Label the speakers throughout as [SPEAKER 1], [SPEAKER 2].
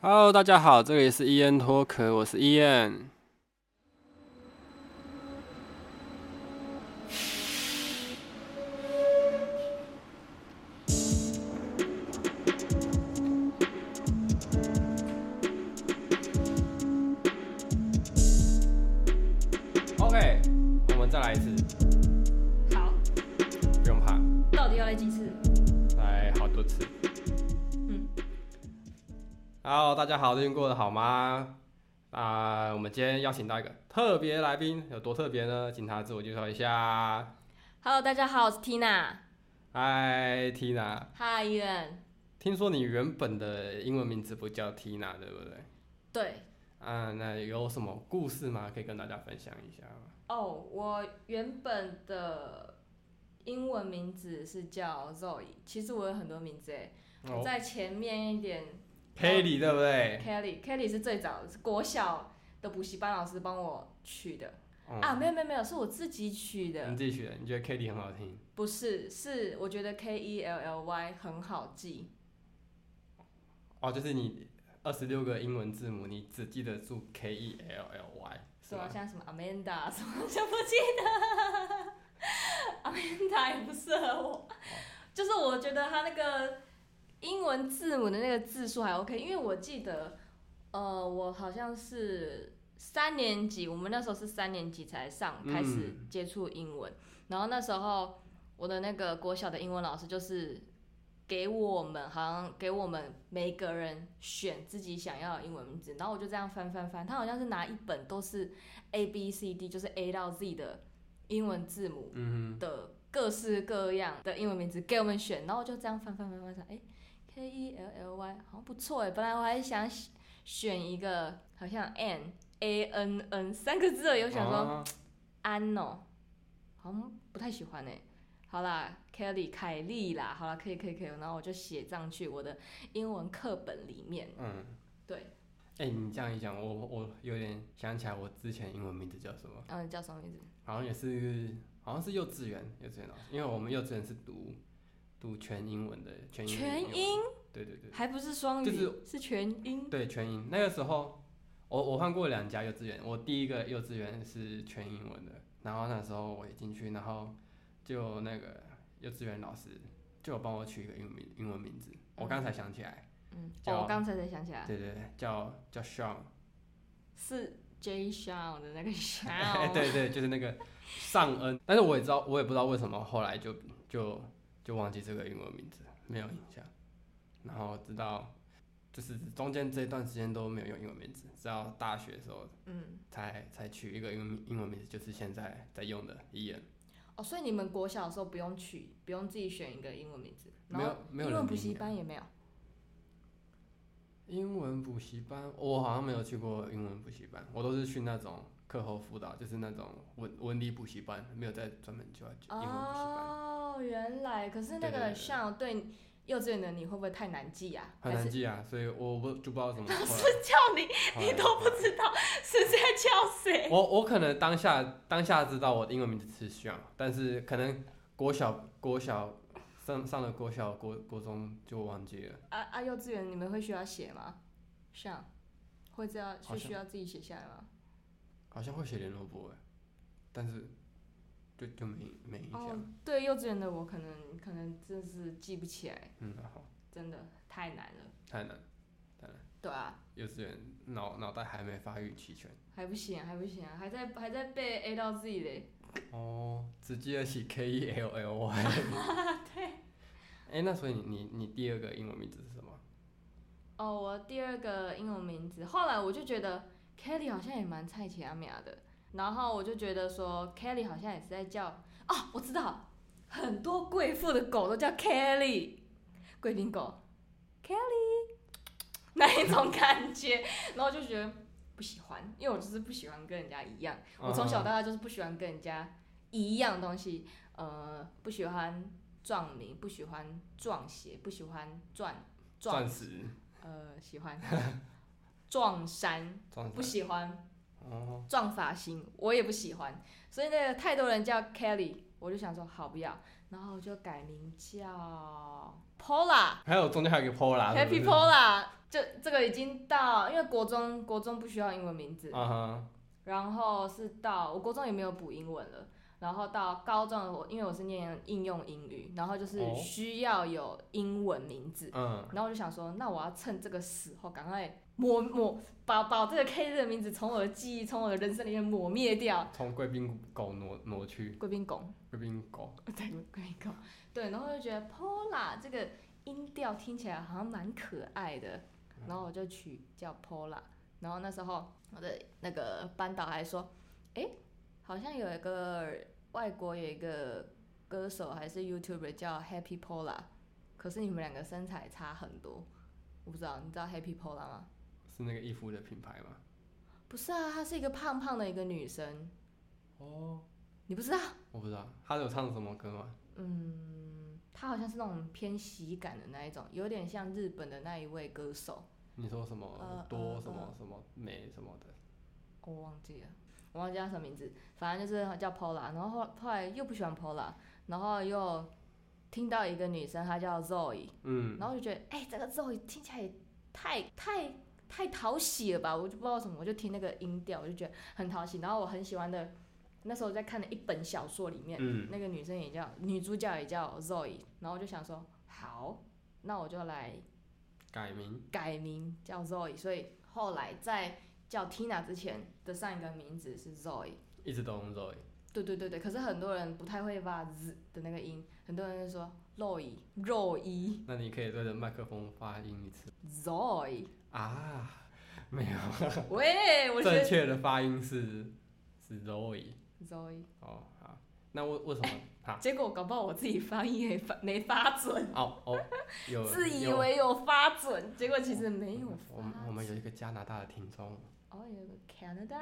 [SPEAKER 1] Hello，大家好，这里是伊恩脱壳，我是伊恩。OK，我们再来一次，
[SPEAKER 2] 好，
[SPEAKER 1] 不用怕，
[SPEAKER 2] 到底要来几次？
[SPEAKER 1] 来好多次。
[SPEAKER 2] 嗯，
[SPEAKER 1] Hello，大家好，最近过得好吗？啊、我们今天邀请到一个特别来宾，有多特别呢？请他自我介绍一下。
[SPEAKER 2] Hello，大家好，我是 Tina。
[SPEAKER 1] 嗨，Tina，
[SPEAKER 2] Hi，伊恩。
[SPEAKER 1] 听说你原本的英文名字不叫 Tina，对不对？
[SPEAKER 2] 对，
[SPEAKER 1] 啊，那有什么故事吗？可以跟大家分享一下吗？
[SPEAKER 2] 哦、我原本的英文名字是叫 Zoe，其实我有很多名字诶，我
[SPEAKER 1] 哦
[SPEAKER 2] 在前面一点
[SPEAKER 1] ，Kelly，对不对？
[SPEAKER 2] Kelly，Kelly 是最早是国小的补习班老师帮我取的、
[SPEAKER 1] 嗯、
[SPEAKER 2] 啊，没有没有没有，是我自己取的
[SPEAKER 1] 你，自己学的，你觉得 Kelly 很好听？
[SPEAKER 2] 不是，是我觉得 K E L L Y 很好记，
[SPEAKER 1] 哦，就是你二十六个英文字母，你只记得住 K E L L Y，是
[SPEAKER 2] 什么
[SPEAKER 1] 吗？
[SPEAKER 2] 像什么 Amanda 什么就不记得 ，Amanda 也不适合我。就是我觉得他那个英文字母的那个字数还 OK，因为我记得，呃，我好像是三年级，我们那时候是三年级才上
[SPEAKER 1] 嗯
[SPEAKER 2] 开始接触英文，然后那时候我的那个国小的英文老师就是。给我们好像给我们每个人选自己想要的英文名字，然后我就这样翻翻翻，他好像是拿一本都是 A B C D，就是 A 到 Z 的英文字母
[SPEAKER 1] 嗯
[SPEAKER 2] 的各式各样的英文名字给我们选，然后我就这样翻翻翻翻翻，哎，K E L L Y 好像不错哎，本来我还想选一个好像 N A N N 三个字而已，
[SPEAKER 1] 哼，
[SPEAKER 2] 我想说
[SPEAKER 1] 啊
[SPEAKER 2] 安哦，好像不太喜欢哎。好啦，Kelly 凯莉啦，好啦，可以可以可以，然后我就写上去我的英文课本里面。
[SPEAKER 1] 嗯，
[SPEAKER 2] 对，
[SPEAKER 1] 哎、你这样一讲，我我有点想起来，我之前英文名字叫什么？
[SPEAKER 2] 嗯，叫什么名字？
[SPEAKER 1] 好像也是，好像是幼稚园，幼稚园老师，因为我们幼稚园是读读全英文的，全英文
[SPEAKER 2] 全
[SPEAKER 1] 文
[SPEAKER 2] 英，
[SPEAKER 1] 对对对
[SPEAKER 2] 还不是双语，
[SPEAKER 1] 就是
[SPEAKER 2] 全英。
[SPEAKER 1] 对全英。那个时候，我我换过两家幼稚园，我第一个幼稚园是全英文的，然后那时候我一进去，然后就那个幼稚园老师就有帮我取一个英文名英文名字，我刚才想起来，
[SPEAKER 2] 嗯，
[SPEAKER 1] 叫
[SPEAKER 2] 哦，我刚才才想起来，
[SPEAKER 1] 对对对，叫叫 Sean，
[SPEAKER 2] 是 J Shaw 的 那个 Shaw，、
[SPEAKER 1] 哎，对对，就是那个尚恩，但是我也知道，我也不知道为什么后来就就就忘记这个英文名字，没有印象。然后直到就是中间这一段时间都没有用英文名字，直到大学的时候
[SPEAKER 2] 嗯，
[SPEAKER 1] 才才取一个英文英文名字，就是现在在用的 Ian。
[SPEAKER 2] 哦，所以你们国小的时候不用取，不用自己选一个英文名字，然
[SPEAKER 1] 没有
[SPEAKER 2] 后
[SPEAKER 1] 没有
[SPEAKER 2] 英
[SPEAKER 1] 人
[SPEAKER 2] 文补
[SPEAKER 1] 理
[SPEAKER 2] 习
[SPEAKER 1] 你啊
[SPEAKER 2] 班也没有，
[SPEAKER 1] 英文补习班，我好像没有去过英文补习班，我都是去那种课后辅导，就是那种文文理补习班，没有在专门就要英文补习班。
[SPEAKER 2] 哦，原来，可是那
[SPEAKER 1] 对对对对
[SPEAKER 2] 个 Shaw 对幼稚园的你会不会太难记啊？
[SPEAKER 1] 很
[SPEAKER 2] 还
[SPEAKER 1] 难
[SPEAKER 2] 是
[SPEAKER 1] 记啊，所以我不就不知道怎 么。
[SPEAKER 2] 老
[SPEAKER 1] 后
[SPEAKER 2] 师
[SPEAKER 1] 来
[SPEAKER 2] 叫你，
[SPEAKER 1] 后来
[SPEAKER 2] 你都不知道是在叫谁？
[SPEAKER 1] 我我可能当下当下知道我的英文名字是 Sean，但是可能国小国小上上了国小国国中就忘记了，
[SPEAKER 2] 啊啊，幼稚园你们会需要写吗？Shaw 会这样
[SPEAKER 1] 好像
[SPEAKER 2] 是需要自己写下来吗？
[SPEAKER 1] 好像会写联络簿哎，但是就就没没印象。
[SPEAKER 2] 哦，对，幼稚园的我可能可能真是记不起来，
[SPEAKER 1] 嗯，好，
[SPEAKER 2] 真的太难了。
[SPEAKER 1] 太难，
[SPEAKER 2] 对啊，
[SPEAKER 1] 幼稚园脑脑袋还没发育齐全。
[SPEAKER 2] 还不行、啊，还不行、啊，还在还在被 A 到自己嘞。
[SPEAKER 1] 哦，只记得起 K E L L Y。对。哎、那所以你你你第二个英文名字是什么？
[SPEAKER 2] 哦，我第二个英文名字，后来我就觉得 Kelly 好像也蛮菜奇阿米亚的，然后我就觉得说 Kelly 好像也是在叫哦，我知道，很多贵妇的狗都叫 Kelly，贵宾狗 Kelly 那一种感觉，然后我就觉得不喜欢，因为我就是不喜欢跟人家一样。我从
[SPEAKER 1] 嗯
[SPEAKER 2] 小到大就是不喜欢跟人家一样东西，呃，不喜欢撞名，不喜欢撞鞋，不喜欢撞撞，
[SPEAKER 1] 钻石，
[SPEAKER 2] 呃，喜欢撞衫，
[SPEAKER 1] 钻
[SPEAKER 2] 不
[SPEAKER 1] 石。
[SPEAKER 2] 喜欢
[SPEAKER 1] 哦，
[SPEAKER 2] 撞发型，我也不喜欢，所以那个太多人叫 Kelly，我就想说好不要，然后我就改名叫 Pola。
[SPEAKER 1] 还有中间还有一个 Pola 是不
[SPEAKER 2] Happy
[SPEAKER 1] 是
[SPEAKER 2] Pola，就这个已经到，因为国中国中不需要英文名字，
[SPEAKER 1] 啊哈，
[SPEAKER 2] 然后是到我国中也没有补英文了，然后到高中我因为我是念应用英语，然后就是
[SPEAKER 1] 哦
[SPEAKER 2] 需要有英文名字，
[SPEAKER 1] 嗯，
[SPEAKER 2] 然后我就想说，那我要趁这个时候赶快抹抹把把这个 K 的名字从我的记忆从我的人生里面抹灭掉，
[SPEAKER 1] 从贵宾狗挪挪去
[SPEAKER 2] 贵宾拱，
[SPEAKER 1] 贵宾狗，
[SPEAKER 2] 对贵宾拱，对，然后就觉得 Pola 这个音调听起来好像蛮可爱的，然后我就取叫 Pola，然后那时候我的那个班导还说，哎、好像有一个外国有一个歌手还是 YouTuber 叫 Happy Pola，可是你们两个身材差很多，我不知道，你知道 Happy Pola 吗？
[SPEAKER 1] 是那个衣服的品牌吗？
[SPEAKER 2] 不是啊，她是一个胖胖的一个女生，
[SPEAKER 1] 哦，
[SPEAKER 2] 你不知道？
[SPEAKER 1] 我不知道，他有唱什么歌吗？
[SPEAKER 2] 嗯，她好像是那种偏喜感的那一种，有点像日本的那一位歌手，
[SPEAKER 1] 你说什
[SPEAKER 2] 呃
[SPEAKER 1] 么多
[SPEAKER 2] 呃
[SPEAKER 1] 什么
[SPEAKER 2] 呃
[SPEAKER 1] 什么美什么的？
[SPEAKER 2] 我忘记了，我忘记她什么名字，反正就是叫 Pola，然后后后来又不喜欢 Pola，然后又听到一个女生，她叫 Zoe，
[SPEAKER 1] 嗯，
[SPEAKER 2] 然后就觉得，哎、这个 Zoe 听起来也太太太讨喜了吧？我就不知道为什么，我就听那个音调，我就觉得很讨喜。然后我很喜欢的，那时候在看的一本小说里面，
[SPEAKER 1] 嗯
[SPEAKER 2] 那个女生也叫女主角也叫 Zoe，然后我就想说，好，那我就来
[SPEAKER 1] 改名
[SPEAKER 2] 改名叫 Zoe。所以后来在叫 Tina 之前的上一个名字是 Zoe。
[SPEAKER 1] 一直都用 Zoe，
[SPEAKER 2] 对对对对，可是很多人不太会发 z 的那个音，很多人就说 Roy Roy
[SPEAKER 1] 那你可以对着麦克风发音一次
[SPEAKER 2] Zoe。
[SPEAKER 1] 啊，没有，
[SPEAKER 2] 喂，我觉
[SPEAKER 1] 正
[SPEAKER 2] 得
[SPEAKER 1] 确的发音是是 Zoe。
[SPEAKER 2] Zoe。
[SPEAKER 1] 哦，好，那为为什么？哈，
[SPEAKER 2] 结果搞不好我自己发音也发没发准，
[SPEAKER 1] 哦哦，有
[SPEAKER 2] 自以
[SPEAKER 1] 有
[SPEAKER 2] 为有发准，结果其实没哎
[SPEAKER 1] 嗯
[SPEAKER 2] 有
[SPEAKER 1] 我
[SPEAKER 2] 发
[SPEAKER 1] 们
[SPEAKER 2] 准。
[SPEAKER 1] 我们有一个加拿大的听众，
[SPEAKER 2] 哦，有个 Canada，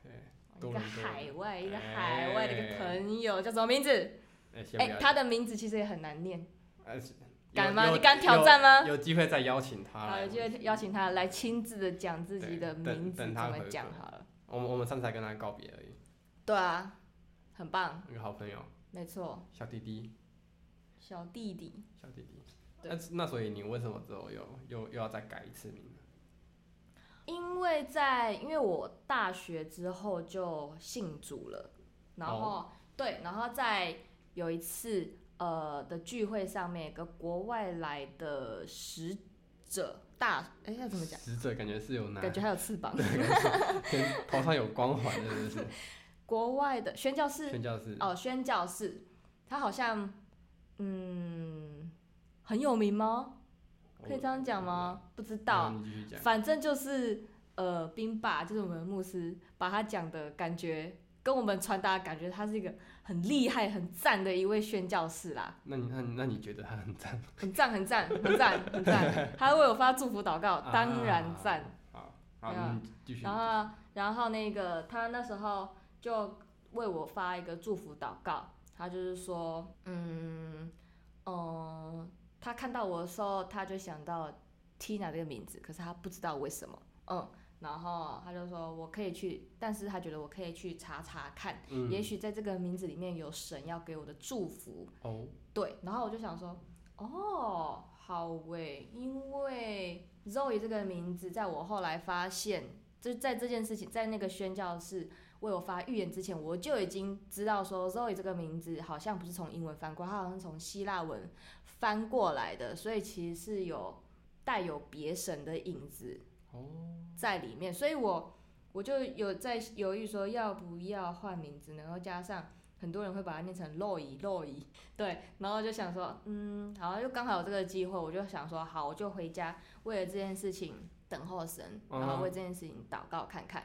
[SPEAKER 1] 对，
[SPEAKER 2] 哦一
[SPEAKER 1] 多
[SPEAKER 2] 个
[SPEAKER 1] 伦多
[SPEAKER 2] 海外一个
[SPEAKER 1] 哎
[SPEAKER 2] 海外的一个朋友叫什么名字？
[SPEAKER 1] 哎、先
[SPEAKER 2] 哎、
[SPEAKER 1] 不要，
[SPEAKER 2] 他的名字其实也很难念，
[SPEAKER 1] 呃
[SPEAKER 2] 敢吗？
[SPEAKER 1] 有
[SPEAKER 2] 你敢挑战吗？
[SPEAKER 1] 有啊有机会再邀请他
[SPEAKER 2] 好，
[SPEAKER 1] 来。
[SPEAKER 2] 有机会邀请他来亲自的讲自己的
[SPEAKER 1] 对等
[SPEAKER 2] 名字怎
[SPEAKER 1] 等他
[SPEAKER 2] 么
[SPEAKER 1] 合格
[SPEAKER 2] 讲好了。
[SPEAKER 1] 我们我们上次才跟他告别而已，
[SPEAKER 2] 对啊，很棒，
[SPEAKER 1] 一个好朋友，
[SPEAKER 2] 没错，
[SPEAKER 1] 小弟弟，
[SPEAKER 2] 小弟弟。
[SPEAKER 1] 小弟弟。
[SPEAKER 2] 对
[SPEAKER 1] 那那所以你为什么之后又又又要再改一次名呢？
[SPEAKER 2] 因为在因为我大学之后就信主了，然后、
[SPEAKER 1] 哦
[SPEAKER 2] 对，然后在有一次呃的聚会上面，有个国外来的使者大，哎要怎么讲？
[SPEAKER 1] 死者感觉是有拿，
[SPEAKER 2] 感觉还有翅 膀。
[SPEAKER 1] 跟头上有光环的，是 不
[SPEAKER 2] 国外的宣教
[SPEAKER 1] 是？
[SPEAKER 2] 士
[SPEAKER 1] 宣教士
[SPEAKER 2] 哦，宣教士，他好像嗯很有名吗？可以这样讲吗？不知
[SPEAKER 1] 我
[SPEAKER 2] 道。
[SPEAKER 1] 那你继续讲。
[SPEAKER 2] 反正就是呃，冰爸就是我们的牧师，把他讲的感觉跟我们传达的感觉，他是一个很厉害、很赞的一位宣教士啦，
[SPEAKER 1] 那你那你那你觉得他很赞？
[SPEAKER 2] 很赞、很赞、很赞、很 赞。他为我发祝福祷告，哦当然赞。
[SPEAKER 1] 啊。好，好，
[SPEAKER 2] 对啊
[SPEAKER 1] 那你继续。
[SPEAKER 2] 然后，然后那个他那时候就为我发一个祝福祷告，他就是说，嗯，嗯，他看到我的时候，他就想到 Tina 这个名字，可是他不知道为什么，嗯，然后他就说我可以去，但是他觉得我可以去查查看，
[SPEAKER 1] 嗯，
[SPEAKER 2] 也许在这个名字里面有神要给我的祝福，
[SPEAKER 1] 哦，
[SPEAKER 2] 对，然后我就想说，哦，好喂，因为 Zoe 这个名字，在我后来发现，就在这件事情，在那个宣教士为我发预言之前，我就已经知道说 Zoe 这个名字好像不是从英文翻过来，它好像是从希腊文翻过来的，所以其实是有带有别神的影子
[SPEAKER 1] 哦，
[SPEAKER 2] 在里面，所以我我就有在犹豫说要不要换名字呢，然后加上很多人会把它念成洛伊洛伊， 对，然后就想说，嗯，好，就刚好有这个机会，我就想说，好，我就回家为了这件事情等候神，
[SPEAKER 1] 嗯
[SPEAKER 2] 然后为这件事情祷告看看，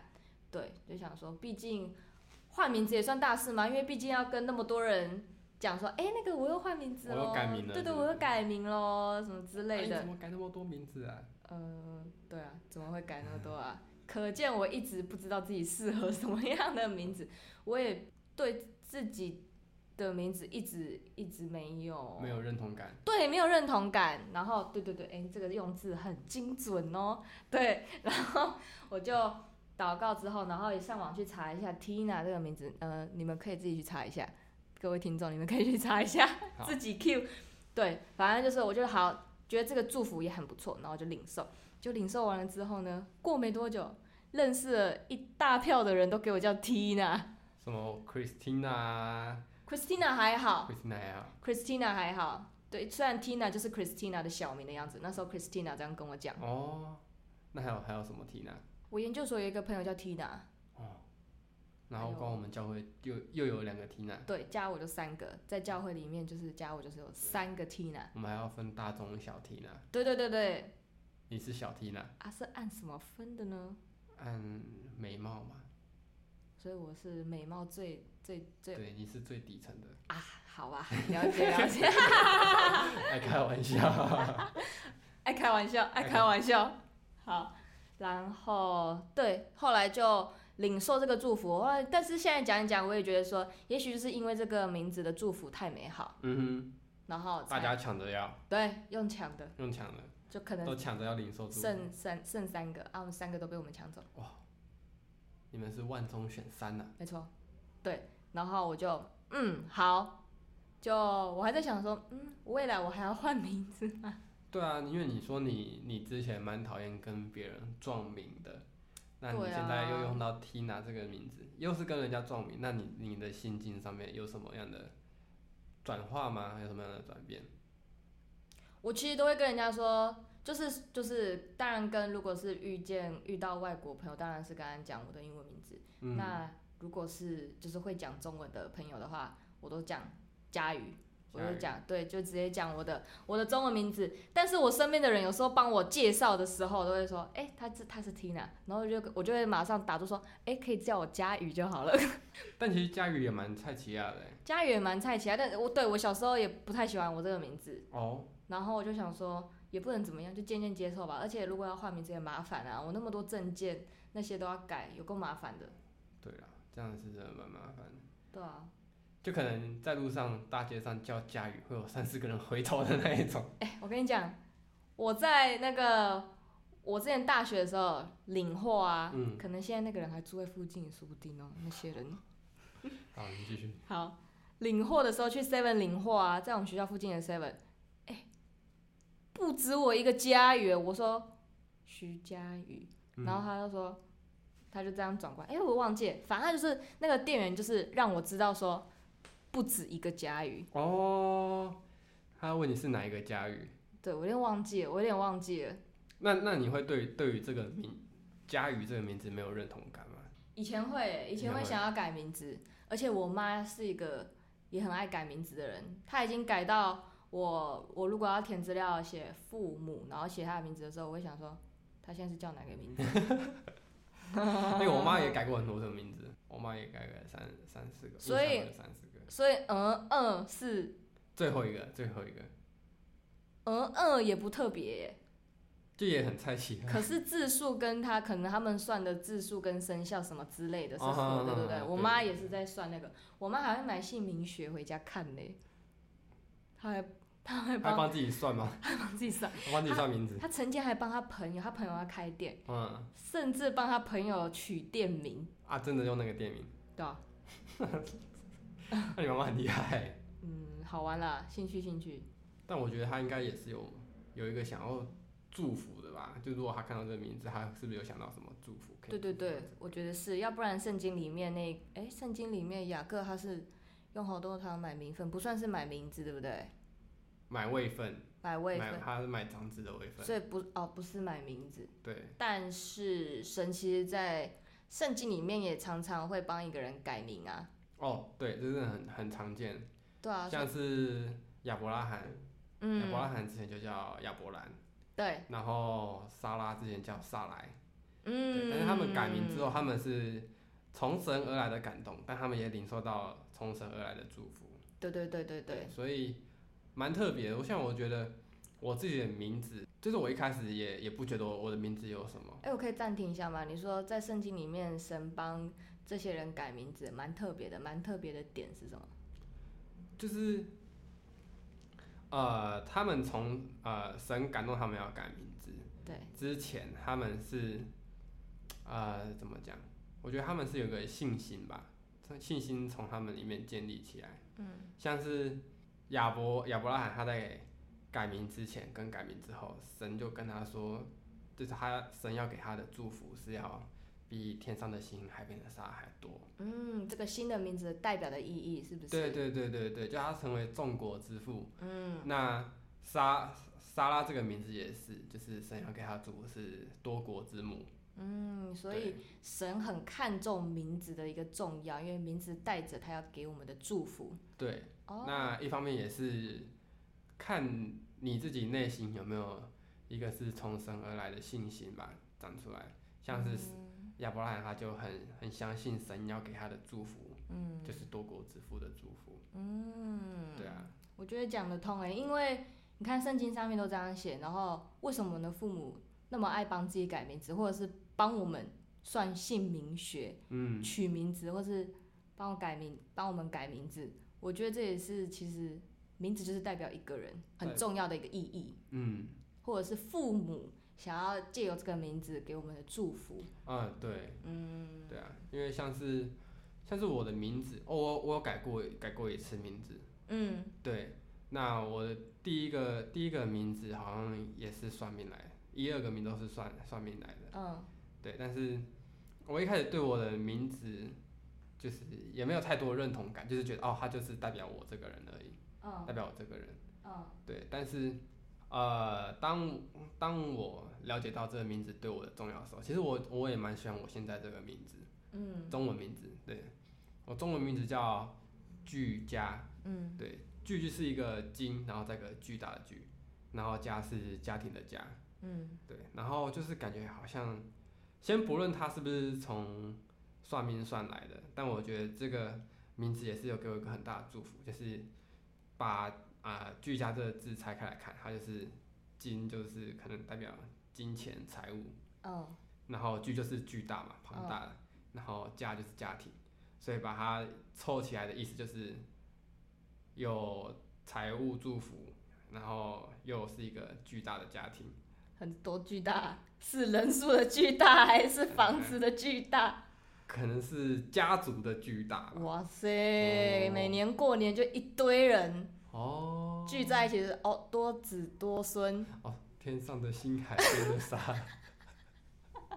[SPEAKER 2] 对，就想说，毕竟换名字也算大事嘛，因为毕竟要跟那么多人。讲说，哎、那个我又换名字
[SPEAKER 1] 我又
[SPEAKER 2] 喽
[SPEAKER 1] 改名，了
[SPEAKER 2] 对
[SPEAKER 1] 是
[SPEAKER 2] 对，
[SPEAKER 1] 不
[SPEAKER 2] 我又
[SPEAKER 1] 是
[SPEAKER 2] 改名喽，什么之
[SPEAKER 1] 哎
[SPEAKER 2] 类
[SPEAKER 1] 你
[SPEAKER 2] 的
[SPEAKER 1] 怎。么改那么多名字啊？
[SPEAKER 2] 呃，对啊，怎么会改那么多啊？ 可见我一直不知道自己适合什么样的名字，我也对自己的名字一直一直没有
[SPEAKER 1] 没有认同感。
[SPEAKER 2] 对没有认同感。然后对对对，哎，这个用字很精准哦。对，然后我就祷告之后，然后也上网去查一下 Tina 这个名字，呃，你们可以自己去查一下，各位听众，你们可以去查一下
[SPEAKER 1] 好
[SPEAKER 2] 自己 Q。对，反正就是我就好觉得这个祝福也很不错，然后就领受，就领受完了之后呢，过没多久，认识了一大票的人都给我叫 Tina，Christina
[SPEAKER 1] 什么 Christina 啊
[SPEAKER 2] 还好，
[SPEAKER 1] Christina 啊，
[SPEAKER 2] Christina 还好，对，虽然 Tina 就是 Christina 的小名的样子。那时候 Christina 这样跟我讲，
[SPEAKER 1] 哦，那还有还有什么 Tina？哦
[SPEAKER 2] 我研究所有一个朋友叫 Tina，
[SPEAKER 1] 然后
[SPEAKER 2] 还有
[SPEAKER 1] 光我们教会又又有两个 Tina，
[SPEAKER 2] 对，加我就三个，在教会里面就是加我就是有三个 Tina。
[SPEAKER 1] 我们还要分大中小 Tina，
[SPEAKER 2] 对对对对，
[SPEAKER 1] 你是小 Tina，
[SPEAKER 2] 啊是按什么分的呢？
[SPEAKER 1] 按美貌嘛，
[SPEAKER 2] 所以我是美貌最最最
[SPEAKER 1] 对，你是最底层的，
[SPEAKER 2] 啊，好啊，了解了解，
[SPEAKER 1] 爱开玩笑，
[SPEAKER 2] 爱开玩笑，爱开玩笑。好，然后对，后来就领受这个祝福。后来但是现在讲一讲，我也觉得说，也许就是因为这个名字的祝福太美好，
[SPEAKER 1] 嗯
[SPEAKER 2] 然后
[SPEAKER 1] 哼，大
[SPEAKER 2] 才
[SPEAKER 1] 家抢着要，
[SPEAKER 2] 对用抢的，
[SPEAKER 1] 用抢的，
[SPEAKER 2] 就可
[SPEAKER 1] 都
[SPEAKER 2] 能
[SPEAKER 1] 抢着要领受祝福，
[SPEAKER 2] 剩三剩三个啊，我们三个都被我们抢走，
[SPEAKER 1] 你们是万中选三呐、
[SPEAKER 2] 没错，对。然后我就嗯好，就我还在想说，嗯，未来我还要换名字 吗？
[SPEAKER 1] 对啊，因为你说你你之前蛮讨厌跟别人撞名的，那你
[SPEAKER 2] 对啊
[SPEAKER 1] 现在又用到 Tina 这个名字，又是跟人家撞名，那你你的心境上面有什么样的转化吗？还有什么样的转变？
[SPEAKER 2] 我其实都会跟人家说，就是就是，当然跟如果是遇见遇到外国朋友，当然是跟他讲我的英文名字。
[SPEAKER 1] 嗯，
[SPEAKER 2] 那如果是就是会讲中文的朋友的话，我都讲佳瑜，我
[SPEAKER 1] 佳
[SPEAKER 2] 就
[SPEAKER 1] 瑜
[SPEAKER 2] 讲对，就直接讲我的我的中文名字。但是我身边的人有时候帮我介绍的时候，都会说，哎、他是他是 Tina，然后我就我就会马上打住说，哎、可以叫我佳瑜就好了。
[SPEAKER 1] 但其实佳宇也蛮菜奇亚的欸
[SPEAKER 2] 佳瑜也蛮菜奇啊，但我对我小时候也不太喜欢我这个名字，
[SPEAKER 1] 哦，
[SPEAKER 2] 然后我就想说，也不能怎么样，就渐渐接受吧。而且如果要换名字也麻烦啊，我那么多证件那些都要改，有够麻烦的。
[SPEAKER 1] 对啦，这样是真的蛮麻烦的。
[SPEAKER 2] 对啊，
[SPEAKER 1] 就可能在路上、大街上叫佳宇，会有三四个人回头的那一种。
[SPEAKER 2] 哎，我跟你讲，我在那个我之前大学的时候领货啊，
[SPEAKER 1] 嗯
[SPEAKER 2] 可能现在那个人还住在附近也说不定哦。那些人
[SPEAKER 1] 好，你继续。
[SPEAKER 2] 好领货的时候去 Seven 领货啊，在我们学校附近的 Seven，哎，不止我一个佳宇，我说徐佳宇。
[SPEAKER 1] 嗯、
[SPEAKER 2] 然后他就说，他就这样转过来，哎、我忘记了，反正他就是那个店员，就是让我知道说，不止一个佳瑜，
[SPEAKER 1] 嗯哦，他问你是哪一个佳宇？
[SPEAKER 2] 对我有点忘记了，我有点忘记了，
[SPEAKER 1] 那那你会对对于这个名佳宇这个名字没有认同感吗？
[SPEAKER 2] 以前会，以前会想要改名字，而且我妈是一个也很爱改名字的人，她已经改到我，我如果要填资料写父母，然后写她的名字的时候，我会想说，她现在是叫哪个名字？啊
[SPEAKER 1] 因为我妈也改过很多这个名字，我妈也改了三三四个，
[SPEAKER 2] 所以
[SPEAKER 1] 印象有三四个，
[SPEAKER 2] 所以，嗯嗯是，
[SPEAKER 1] 最后一个最后一个
[SPEAKER 2] 嗯嗯也不特别耶。
[SPEAKER 1] 就也很菜啊奇。
[SPEAKER 2] 可是字数跟他可能他们算的字数跟生肖什么之类的是
[SPEAKER 1] 啊哈
[SPEAKER 2] 合的，对不
[SPEAKER 1] 啊
[SPEAKER 2] 对？
[SPEAKER 1] 哈
[SPEAKER 2] 我
[SPEAKER 1] 对
[SPEAKER 2] 妈
[SPEAKER 1] 对
[SPEAKER 2] 也是在算那个，我妈还会买姓名学回家看嘞，她还她还
[SPEAKER 1] 还
[SPEAKER 2] 帮
[SPEAKER 1] 帮自己算吗？
[SPEAKER 2] 帮自己算，
[SPEAKER 1] 还帮自己算名字？
[SPEAKER 2] 她曾经还帮她朋友，她朋友要开店，
[SPEAKER 1] 嗯
[SPEAKER 2] 甚至帮她朋友取店名，
[SPEAKER 1] 啊，真的用那个店名，
[SPEAKER 2] 对吧？
[SPEAKER 1] 那你妈妈很厉害欸。
[SPEAKER 2] 嗯，好玩啦，兴趣兴趣，
[SPEAKER 1] 但我觉得他应该也是有有一个想要祝福的吧？就如果他看到这个名字，他是不是有想到什么祝福？可以
[SPEAKER 2] 对对
[SPEAKER 1] 祝福
[SPEAKER 2] 对，我觉得是要不然圣经里面那哎，圣经里面雅各他是用好多糖买名分，不算是买名字，对不对？
[SPEAKER 1] 买位分，
[SPEAKER 2] 买位
[SPEAKER 1] 买
[SPEAKER 2] 分，
[SPEAKER 1] 他是买长子的位分，
[SPEAKER 2] 所以不哦不是买名字。
[SPEAKER 1] 对，
[SPEAKER 2] 但是神其实在圣经里面也常常会帮一个人改名啊，
[SPEAKER 1] 哦，对，这是很很常见，
[SPEAKER 2] 对啊，
[SPEAKER 1] 像是亚伯拉罕，亚伯拉
[SPEAKER 2] 嗯，
[SPEAKER 1] 罕之前就叫亚伯兰，
[SPEAKER 2] 对，
[SPEAKER 1] 然后莎拉之前叫萨莱，对，
[SPEAKER 2] 嗯，
[SPEAKER 1] 但是他们改名之后，他们是从神而来的感动，但他们也领受到从神而来的祝福。
[SPEAKER 2] 对对对对对，
[SPEAKER 1] 所以蛮特别的。我像我觉得我自己的名字，就是我一开始也也不觉得我我的名字有什么，
[SPEAKER 2] 哎，我可以暂停一下吗？你说在圣经里面神帮这些人改名字，蛮特别的，蛮特别的点是什么？
[SPEAKER 1] 就是呃，他们从呃神感动他们要改名字
[SPEAKER 2] 对，
[SPEAKER 1] 之前，他们是呃怎么讲？我觉得他们是有个信心吧，信心从他们里面建立起来。
[SPEAKER 2] 嗯
[SPEAKER 1] 像是亚伯亚伯拉罕他在改名之前跟改名之后，神就跟他说，就是他神要给他的祝福是要比天上的星、海边的沙还多。
[SPEAKER 2] 嗯，这个新的名字代表的意义是不是？
[SPEAKER 1] 对，对对对对，就他成为众国之父。
[SPEAKER 2] 嗯
[SPEAKER 1] 那莎莎拉这个名字也是，就是神要给他祝福是多国之母。
[SPEAKER 2] 嗯，所以
[SPEAKER 1] 对
[SPEAKER 2] 神很看重名字的一个重要，因为名字带着他要给我们的祝福。
[SPEAKER 1] 对，
[SPEAKER 2] 哦，
[SPEAKER 1] 那一方面也是看你自己内心有没有一个是从神而来的信心吧，长出来。像是
[SPEAKER 2] 嗯
[SPEAKER 1] 亚伯拉罕，他就很很相信神要给他的祝福，
[SPEAKER 2] 嗯
[SPEAKER 1] 就是多国之父的祝福。
[SPEAKER 2] 嗯，
[SPEAKER 1] 对啊，
[SPEAKER 2] 我觉得讲得通哎、因为你看圣经上面都这样写，然后为什么我们的父母那么爱帮自己改名字，或者是帮我们算姓名学、
[SPEAKER 1] 嗯，
[SPEAKER 2] 取名字，或是帮我改名、帮我们改名字？我觉得这也是其实名字就是代表一个人很
[SPEAKER 1] 对
[SPEAKER 2] 重要的一个意义，
[SPEAKER 1] 嗯，
[SPEAKER 2] 或者是父母想要借由这个名字给我们的祝福。
[SPEAKER 1] 啊，对，
[SPEAKER 2] 嗯，
[SPEAKER 1] 对啊，因为像是像是我的名字，哦，我我有改过改过一次名字，
[SPEAKER 2] 嗯，
[SPEAKER 1] 对，那我的第一个第一个名字好像也是算命来的，一二个名都是算算命来的。
[SPEAKER 2] 嗯，
[SPEAKER 1] 对，但是我一开始对我的名字就是也没有太多认同感，就是觉得哦，他就是代表我这个人而已，
[SPEAKER 2] 嗯，
[SPEAKER 1] 代表我这个人。
[SPEAKER 2] 嗯，
[SPEAKER 1] 对，但是呃，当当我了解到这个名字对我的重要的时候，其实我我也蛮喜欢我现在这个名字，
[SPEAKER 2] 嗯，
[SPEAKER 1] 中文名字。对，我中文名字叫巨家，
[SPEAKER 2] 嗯，
[SPEAKER 1] 对，巨就是一个金，然后再一个巨大的巨，然后家是家庭的家。
[SPEAKER 2] 嗯，
[SPEAKER 1] 对，然后就是感觉好像，先不论他是不是从算命算来的，但我觉得这个名字也是有给我一个很大的祝福，就是把啊、居家这个字拆开来看，它就是金就是可能代表金钱财务，
[SPEAKER 2] 嗯，
[SPEAKER 1] 然后巨就是巨大嘛，庞大的，然后家就是家庭，所以把它凑起来的意思就是有财务祝福，然后又是一个巨大的家庭。
[SPEAKER 2] 很多巨大，是人数的巨大还是房子的巨大？
[SPEAKER 1] 可能是家族的巨大吧。
[SPEAKER 2] 哇塞！
[SPEAKER 1] 哦
[SPEAKER 2] 每年过年就一堆人
[SPEAKER 1] 哦，
[SPEAKER 2] 聚在一起，就是哦，多子多孙，
[SPEAKER 1] 哦，天上的星，海边的沙。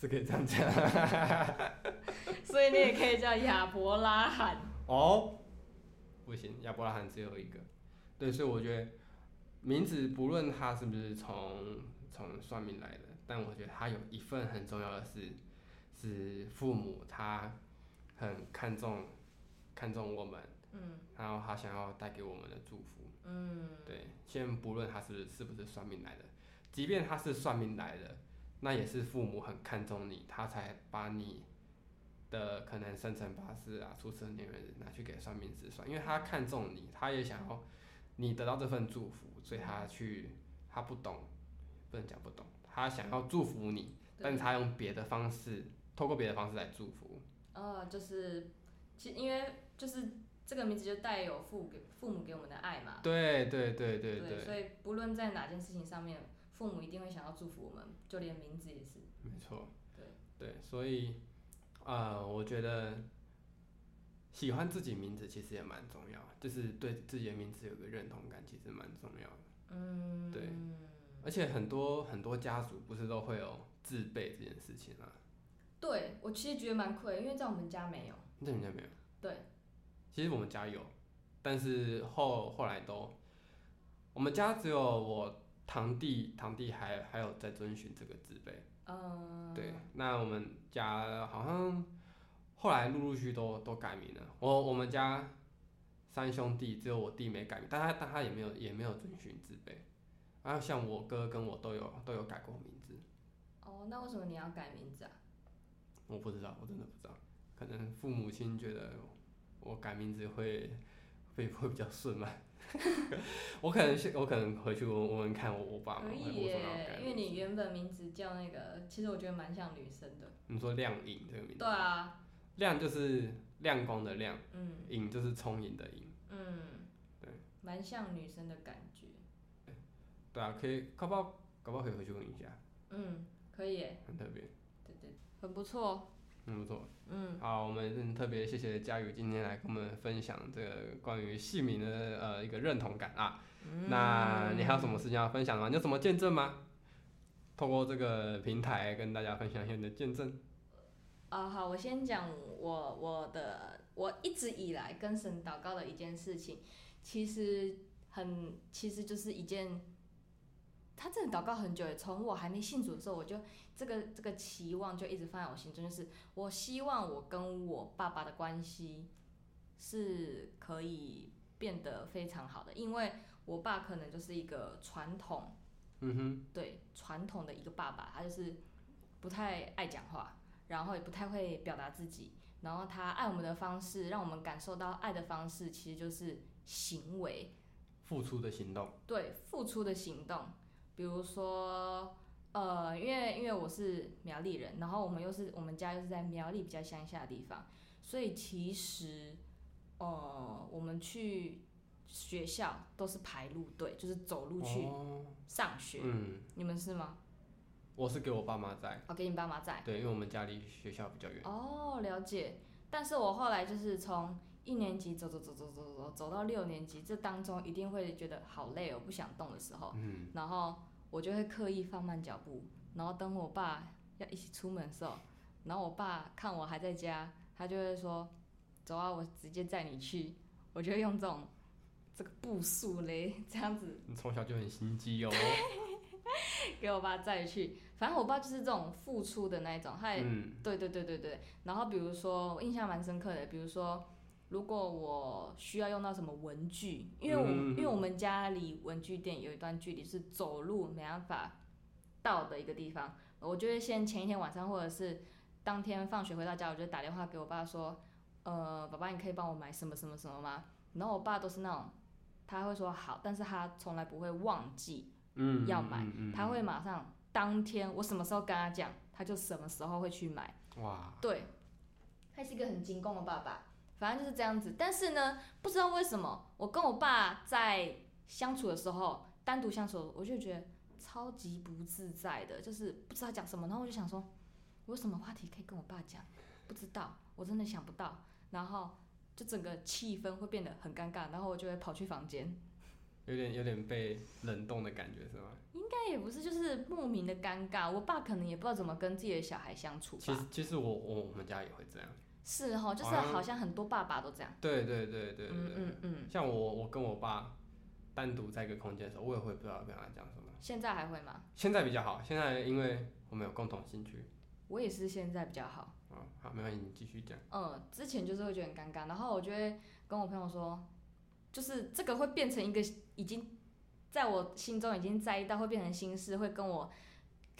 [SPEAKER 1] 是可以这样讲
[SPEAKER 2] 所以你也可以叫亚伯拉罕。
[SPEAKER 1] 哦，不行，亚伯拉罕只有一个，对，所以我觉得名字不论他是不是从从算命来的，但我觉得他有一份很重要的是，是父母他很看重看重我们，
[SPEAKER 2] 嗯
[SPEAKER 1] 然后他想要带给我们的祝福。
[SPEAKER 2] 嗯
[SPEAKER 1] 对，先不论他是是不是算命来的，即便他是算命来的，那也是父母很看重你，他才把你的可能生辰八字啊、出生年月日拿去给算命师算，因为他看重你，他也想要你得到这份祝福，所以他去他不懂，不能讲不懂，他想要祝福你，但是他用别的方式，透过别的方式来祝福。
[SPEAKER 2] 呃，就是其因为就是这个名字就带有父给父母给我们的爱嘛，
[SPEAKER 1] 对对对对
[SPEAKER 2] 所以不论在哪件事情上面，父母一定会想要祝福我们，就连名字也是。
[SPEAKER 1] 没错，
[SPEAKER 2] 对
[SPEAKER 1] 对，所以呃，我觉得喜欢自己名字其实也蛮重要，就是对自己的名字有个认同感，其实蛮重要的。
[SPEAKER 2] 嗯，
[SPEAKER 1] 对而且很多很多家族不是都会有自备这件事情啊？
[SPEAKER 2] 对我其实觉得蛮亏，因为在我们家没有。
[SPEAKER 1] 那你们家没有？
[SPEAKER 2] 对，
[SPEAKER 1] 其实我们家有，但是后后来都，我们家只有我堂弟堂弟还还有在遵循这个自备。
[SPEAKER 2] 嗯，
[SPEAKER 1] 对，那我们家好像后来陆陆续续都都改名了。我我们家三兄弟只有我弟没改名，但他但他也没有也没有遵循自卑。然后像我哥跟我都有都有改过名字，
[SPEAKER 2] 哦，那为什么你要改名字啊？
[SPEAKER 1] 我不知道，我真的不知道，可能父母亲觉得我改名字会会会比较顺嘛。 我可能是我可能回去问问问看我我爸妈
[SPEAKER 2] 可
[SPEAKER 1] 啊为
[SPEAKER 2] 以
[SPEAKER 1] 为什么要改
[SPEAKER 2] 耶，因为
[SPEAKER 1] 名字
[SPEAKER 2] 你原本名字叫那个，其实我觉得蛮像女生的。
[SPEAKER 1] 你说亮颖这个名字，
[SPEAKER 2] 对啊，
[SPEAKER 1] 亮就是亮光的亮，
[SPEAKER 2] 嗯
[SPEAKER 1] 颖就是充盈的颖。
[SPEAKER 2] 嗯，
[SPEAKER 1] 对，
[SPEAKER 2] 蛮像女生的感觉。
[SPEAKER 1] 对啊，可以，搞不好搞不好可以回去问一下。
[SPEAKER 2] 嗯，可以耶，
[SPEAKER 1] 很特别，
[SPEAKER 2] 对对，很不错，
[SPEAKER 1] 很不错。
[SPEAKER 2] 嗯，
[SPEAKER 1] 好，我们很特别谢谢佳宇今天来跟我们分享这个关于戏名的呃一个认同感啊。
[SPEAKER 2] 嗯
[SPEAKER 1] 那你还有什么事情要分享的吗？你有什么见证吗？透过这个平台跟大家分享一下你的见证。
[SPEAKER 2] 啊、好，我先讲我我的我一直以来跟神祷告的一件事情，其实很其实就是一件，他真的祷告很久耶，从我还没信主的时候，我就这个这个期望就一直放在我心中，就是我希望我跟我爸爸的关系是可以变得非常好的，因为我爸可能就是一个传统
[SPEAKER 1] 嗯哼，
[SPEAKER 2] 对传统的一个爸爸，他就是不太爱讲话，然后也不太会表达自己，然后他爱我们的方式，让我们感受到爱的方式，其实就是行为，
[SPEAKER 1] 付出的行动。
[SPEAKER 2] 对付出的行动，比如说。呃，因为因为我是苗栗人，然后我们又是我们家又是在苗栗比较乡下的地方，所以其实，呃，我们去学校都是排路队，就是走路去
[SPEAKER 1] 哦。
[SPEAKER 2] 上学。
[SPEAKER 1] 嗯，
[SPEAKER 2] 你们是吗？
[SPEAKER 1] 我是给我爸妈在，
[SPEAKER 2] 我、给你爸妈在。
[SPEAKER 1] 对，因为我们家离学校比较远。
[SPEAKER 2] 哦，了解。但是我后来就是从一年级走走走走走走走到六年级，这当中一定会觉得好累哦，不想动的时候，
[SPEAKER 1] 嗯，
[SPEAKER 2] 然后我就会刻意放慢脚步，然后等我爸要一起出门的时候，然后我爸看我还在家，他就会说：“走啊，我直接载你去。”我就会用这种这个步数嘞，这样子
[SPEAKER 1] 你从小就很心机哦。
[SPEAKER 2] 给我爸载去。反正我爸就是这种付出的那一种，他也
[SPEAKER 1] 嗯
[SPEAKER 2] 对对对对对。然后比如说，我印象蛮深刻的，比如说，如果我需要用到什么文具，因为我、
[SPEAKER 1] 嗯
[SPEAKER 2] 因为我们家离文具店有一段距离，是走路没办法到的一个地方，我就会先前一天晚上或者是当天放学回到家，我就打电话给我爸说，呃，爸爸，你可以帮我买什么什么什么吗？然后我爸都是那种，他会说好，但是他从来不会忘记。
[SPEAKER 1] 嗯，
[SPEAKER 2] 要买
[SPEAKER 1] 嗯嗯嗯
[SPEAKER 2] 他会马上当天我什么时候跟他讲，他就什么时候会去买。
[SPEAKER 1] 哇，
[SPEAKER 2] 对，他是一个很精工的爸爸，反正就是这样子。但是呢，不知道为什么，我跟我爸在相处的时候，单独相处，我就觉得超级不自在的，就是不知道讲什么。然后我就想说，我有什么话题可以跟我爸讲？不知道，我真的想不到。然后就整个气氛会变得很尴尬，然后我就会跑去房间。
[SPEAKER 1] 有点有点被冷冻的感觉是吗？
[SPEAKER 2] 那也不是，就是莫名的尴尬。我爸可能也不知道怎么跟自己的小孩相处
[SPEAKER 1] 其
[SPEAKER 2] 吧。
[SPEAKER 1] 实其实我我我们家也会这样。
[SPEAKER 2] 是哈，就是
[SPEAKER 1] 好像
[SPEAKER 2] 好像很多爸爸都这样。
[SPEAKER 1] 对对对对对
[SPEAKER 2] 嗯
[SPEAKER 1] 对。
[SPEAKER 2] 嗯嗯，
[SPEAKER 1] 像我我跟我爸单独在一个空间的时候，我也会不知道跟他讲什么。
[SPEAKER 2] 现在还会吗？
[SPEAKER 1] 现在比较好，现在因为我们有共同兴趣。
[SPEAKER 2] 我也是现在比较好。
[SPEAKER 1] 啊，好，没关系，你继续讲。
[SPEAKER 2] 嗯，之前就是会觉得很尴尬，然后我就会跟我朋友说，就是这个会变成一个已经在我心中已经在意到会变成心事，会跟我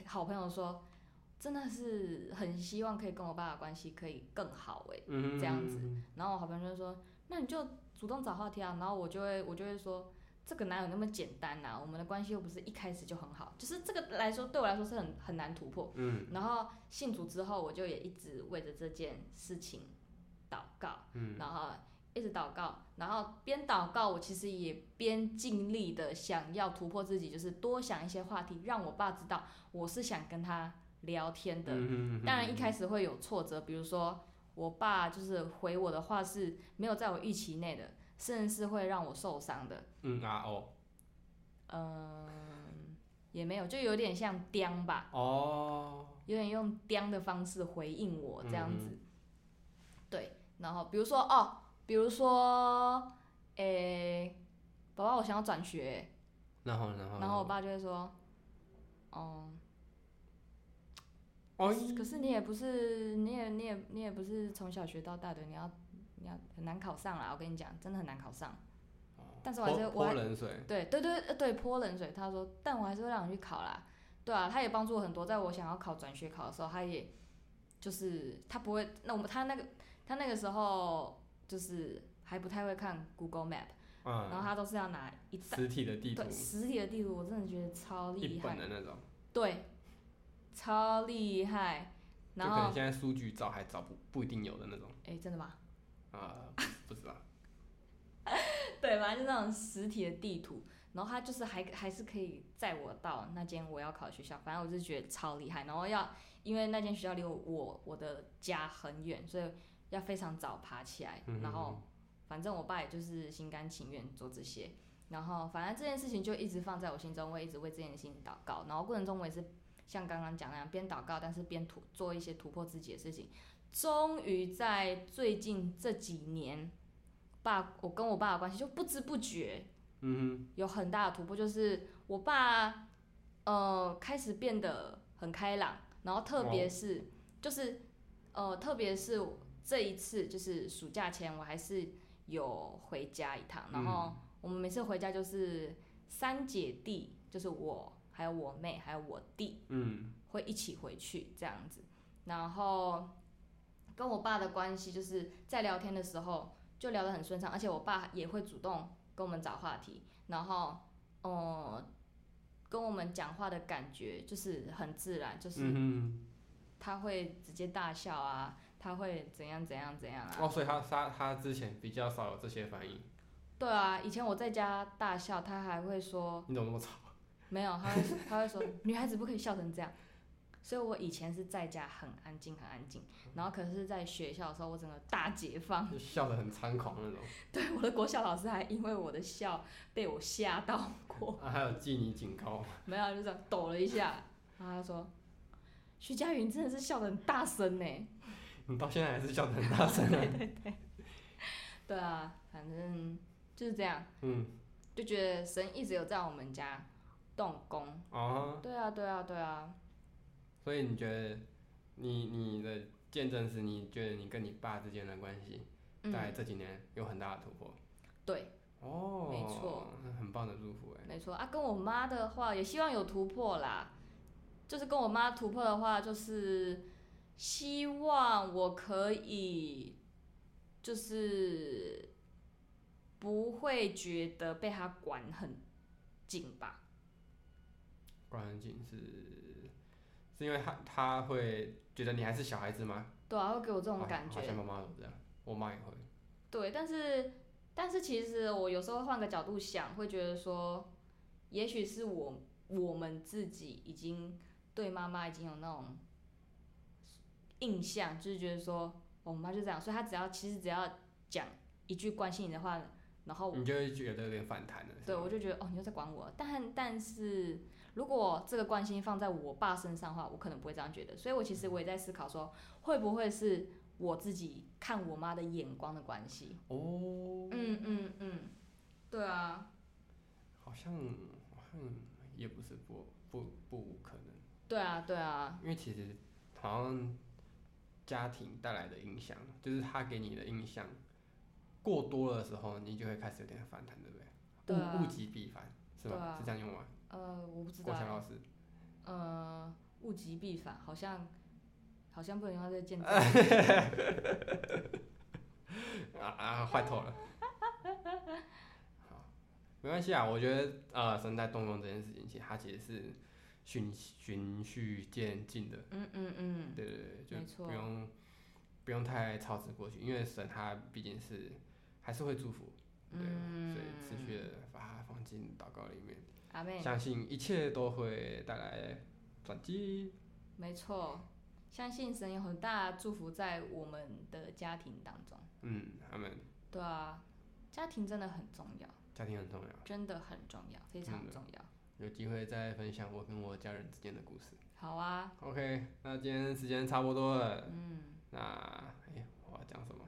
[SPEAKER 2] 好朋友说，真的是很希望可以跟我爸爸关系可以更好哎、
[SPEAKER 1] 嗯，
[SPEAKER 2] 这样子。然后我好朋友就说：“那你就主动找话题啊。”然后我就会我就会说：“这个哪有那么简单呐、我们的关系又不是一开始就很好，就是这个来说对我来说是很很难突破。”
[SPEAKER 1] 嗯，
[SPEAKER 2] 然后信主之后，我就也一直为着这件事情祷告，
[SPEAKER 1] 嗯，
[SPEAKER 2] 然后一直祷告，然后边祷告，我其实也边尽力的想要突破自己，就是多想一些话题，让我爸知道我是想跟他聊天的。
[SPEAKER 1] 嗯
[SPEAKER 2] 当然一开
[SPEAKER 1] 始，
[SPEAKER 2] 始会有挫折，比如说我爸就是回我的话是没有在我预期内的，甚至是会让我受伤的。
[SPEAKER 1] 嗯啊哦
[SPEAKER 2] 嗯，也没有，就有点像刁吧，
[SPEAKER 1] 哦，
[SPEAKER 2] 有点用刁的方式回应我这样子。
[SPEAKER 1] 嗯
[SPEAKER 2] 对，然后比如说哦，比如说，诶、宝宝，我想要转学、
[SPEAKER 1] 然后然后
[SPEAKER 2] 然后我爸就会说，哦、
[SPEAKER 1] 哦，
[SPEAKER 2] 可是你也不是，你也你也你也不是从小学到大的，你要你要很难考上啦。我跟你讲，真的很难考上。但是我还是
[SPEAKER 1] 哦泼
[SPEAKER 2] 我还
[SPEAKER 1] 泼冷水，
[SPEAKER 2] 对对对呃对，泼冷水。他说，但我还是会让你去考啦。对啊，他也帮助我很多，在我想要考转学考的时候，他也就是他不会，那我们他那个他那个时候就是还不太会看 Google Map，、然后
[SPEAKER 1] 嗯，
[SPEAKER 2] 他都是要拿一大
[SPEAKER 1] 实体的地图
[SPEAKER 2] 对，实体的地图，我真的觉得超
[SPEAKER 1] 一
[SPEAKER 2] 厉害
[SPEAKER 1] 本，的那种，
[SPEAKER 2] 对，超厉害。
[SPEAKER 1] 就
[SPEAKER 2] 然
[SPEAKER 1] 可能
[SPEAKER 2] 后
[SPEAKER 1] 现在数据找还找不不一定有的那种
[SPEAKER 2] 哎，真的吗？
[SPEAKER 1] 啊，不知道，
[SPEAKER 2] 对，反正就那种实体的地图。然后他就是还还是可以载我到那间我要考的学校，反正我就觉得超厉害。然后要因为那间学校离我我的家很远，所以要非常早爬起来
[SPEAKER 1] 嗯哼，
[SPEAKER 2] 然后反正我爸也就是心甘情愿做这些。然后反正这件事情就一直放在我心中，我也一直为这件事情祷告。然后过程中我也是像刚刚讲那样，边祷告，但是边突做一些突破自己的事情。终于在最近这几年，爸，我跟我爸的关系就不知不觉
[SPEAKER 1] 嗯
[SPEAKER 2] 有很大的突破，就是我爸呃开始变得很开朗，然后特别是、就是呃特别是这一次就是暑假前我还是有回家一趟，然后我们每次回家就是三姐弟，就是我还有我妹还有我弟，
[SPEAKER 1] 哼，嗯，
[SPEAKER 2] 会一起回去这样子。然后跟我爸的关系就是在聊天的时候就聊得很顺畅，而且我爸也会主动跟我们找话题，然后呃跟我们讲话的感觉就是很自然，就是
[SPEAKER 1] 嗯
[SPEAKER 2] 他会直接大笑啊，他会怎样怎样怎样啊
[SPEAKER 1] 哼，。哦，所以他他他之前比较少有这些反应，
[SPEAKER 2] 对啊，以前我在家大笑，他还会说
[SPEAKER 1] 你怎么那么 吵？
[SPEAKER 2] 没有，他会他会说女孩子不可以笑成这样。所以我以前是在家很安静很安静，然后可是在学校的时候我整个大解放，
[SPEAKER 1] 就笑得很猖狂那种，
[SPEAKER 2] 对我的国小老师还因为我的笑被我吓到过，
[SPEAKER 1] 啊，还有记你警告，
[SPEAKER 2] 没有就这样抖了一下，然后他说徐佳云真的是笑得很大声呢，
[SPEAKER 1] 你到现在还是笑得很大 声啊，
[SPEAKER 2] 对啊，反正就是这样，
[SPEAKER 1] 嗯，
[SPEAKER 2] 就觉得神一直有在我们家动工，
[SPEAKER 1] 哦，
[SPEAKER 2] 对啊对啊对啊，
[SPEAKER 1] 所以你觉得你你的见证是你觉得你跟你爸之间的关系在
[SPEAKER 2] 嗯，
[SPEAKER 1] 这几年有很大的突破，
[SPEAKER 2] 对，
[SPEAKER 1] 哦，
[SPEAKER 2] 没错，
[SPEAKER 1] 很棒的祝福哎，
[SPEAKER 2] 没错啊，跟我妈的话也希望有突破啦。就是跟我妈突破的话，就是希望我可以，就是不会觉得被她管很紧吧。
[SPEAKER 1] 关键是是因为他他会觉得你还是小孩子吗？
[SPEAKER 2] 对啊，会给我这
[SPEAKER 1] 这
[SPEAKER 2] 种感
[SPEAKER 1] 哦好像
[SPEAKER 2] 觉。
[SPEAKER 1] 妈妈都这样，我妈也会，
[SPEAKER 2] 对，但是但是其实我有时候换个角度想，会觉得说，也许是我我们自己已经对妈妈已经有那种印象，就是觉得说，哦我妈就这样，所以她只要其实只要讲一句关心你的话，然后我
[SPEAKER 1] 你就会觉得有点反弹了，
[SPEAKER 2] 哦对
[SPEAKER 1] 是吗
[SPEAKER 2] 我就觉得哦，你又在管我。但但是如果这个关心放在我爸身上的话，我可能不会这样觉得。所以我其实我也在思考说，会不会是我自己看我妈的眼光的关系？
[SPEAKER 1] 哦，
[SPEAKER 2] 嗯嗯嗯，对啊，
[SPEAKER 1] 好像好像也不是不不不无可能。
[SPEAKER 2] 对啊，对啊，
[SPEAKER 1] 因为其实好像家庭带来的影响，就是他给你的印象过多的时候，你就会开始有点反弹，对不对？
[SPEAKER 2] 对啊
[SPEAKER 1] 物物极必反，是吧？
[SPEAKER 2] 对啊
[SPEAKER 1] 是这样用吗？
[SPEAKER 2] 呃，我不知道
[SPEAKER 1] 国强
[SPEAKER 2] 欸，
[SPEAKER 1] 老师，
[SPEAKER 2] 呃，物极必反，好像好像不能用在见证
[SPEAKER 1] 哎啊啊，坏透了。好，没关系啊，我觉得呃，神在动用这件事情，其实它其实是循循序渐进的，
[SPEAKER 2] 嗯嗯嗯，
[SPEAKER 1] 对对对，
[SPEAKER 2] 没
[SPEAKER 1] 就
[SPEAKER 2] 错
[SPEAKER 1] 不用不用太操之过急，因为神他毕竟是还是会祝福，
[SPEAKER 2] 嗯
[SPEAKER 1] 对，所以持续的把它放进祷告里面，
[SPEAKER 2] 阿妹，
[SPEAKER 1] 相信一切都会带来转机。
[SPEAKER 2] 没错，相信神有很大的祝福在我们的家庭当中，
[SPEAKER 1] 嗯，他们
[SPEAKER 2] 对啊，家庭真的很重要，
[SPEAKER 1] 家庭很重要，
[SPEAKER 2] 真的很重要，非常
[SPEAKER 1] 真的
[SPEAKER 2] 重要。
[SPEAKER 1] 有机会再分享我跟我家人之间的故事。
[SPEAKER 2] 好啊，
[SPEAKER 1] OK，那今天时间差不多了，
[SPEAKER 2] 嗯，
[SPEAKER 1] 那哎、我要讲什么？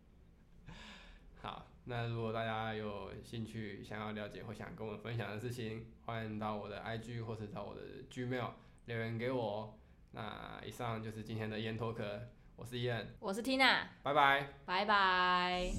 [SPEAKER 1] 好，那如果大家有兴趣想要了解或想跟我分享的事情，欢迎到我的 IG 或是到我的 Gmail 留言给我哦。那以上就是今天的烟头壳，我是伊恩，
[SPEAKER 2] 我是 Tina，
[SPEAKER 1] 拜拜。
[SPEAKER 2] 拜拜。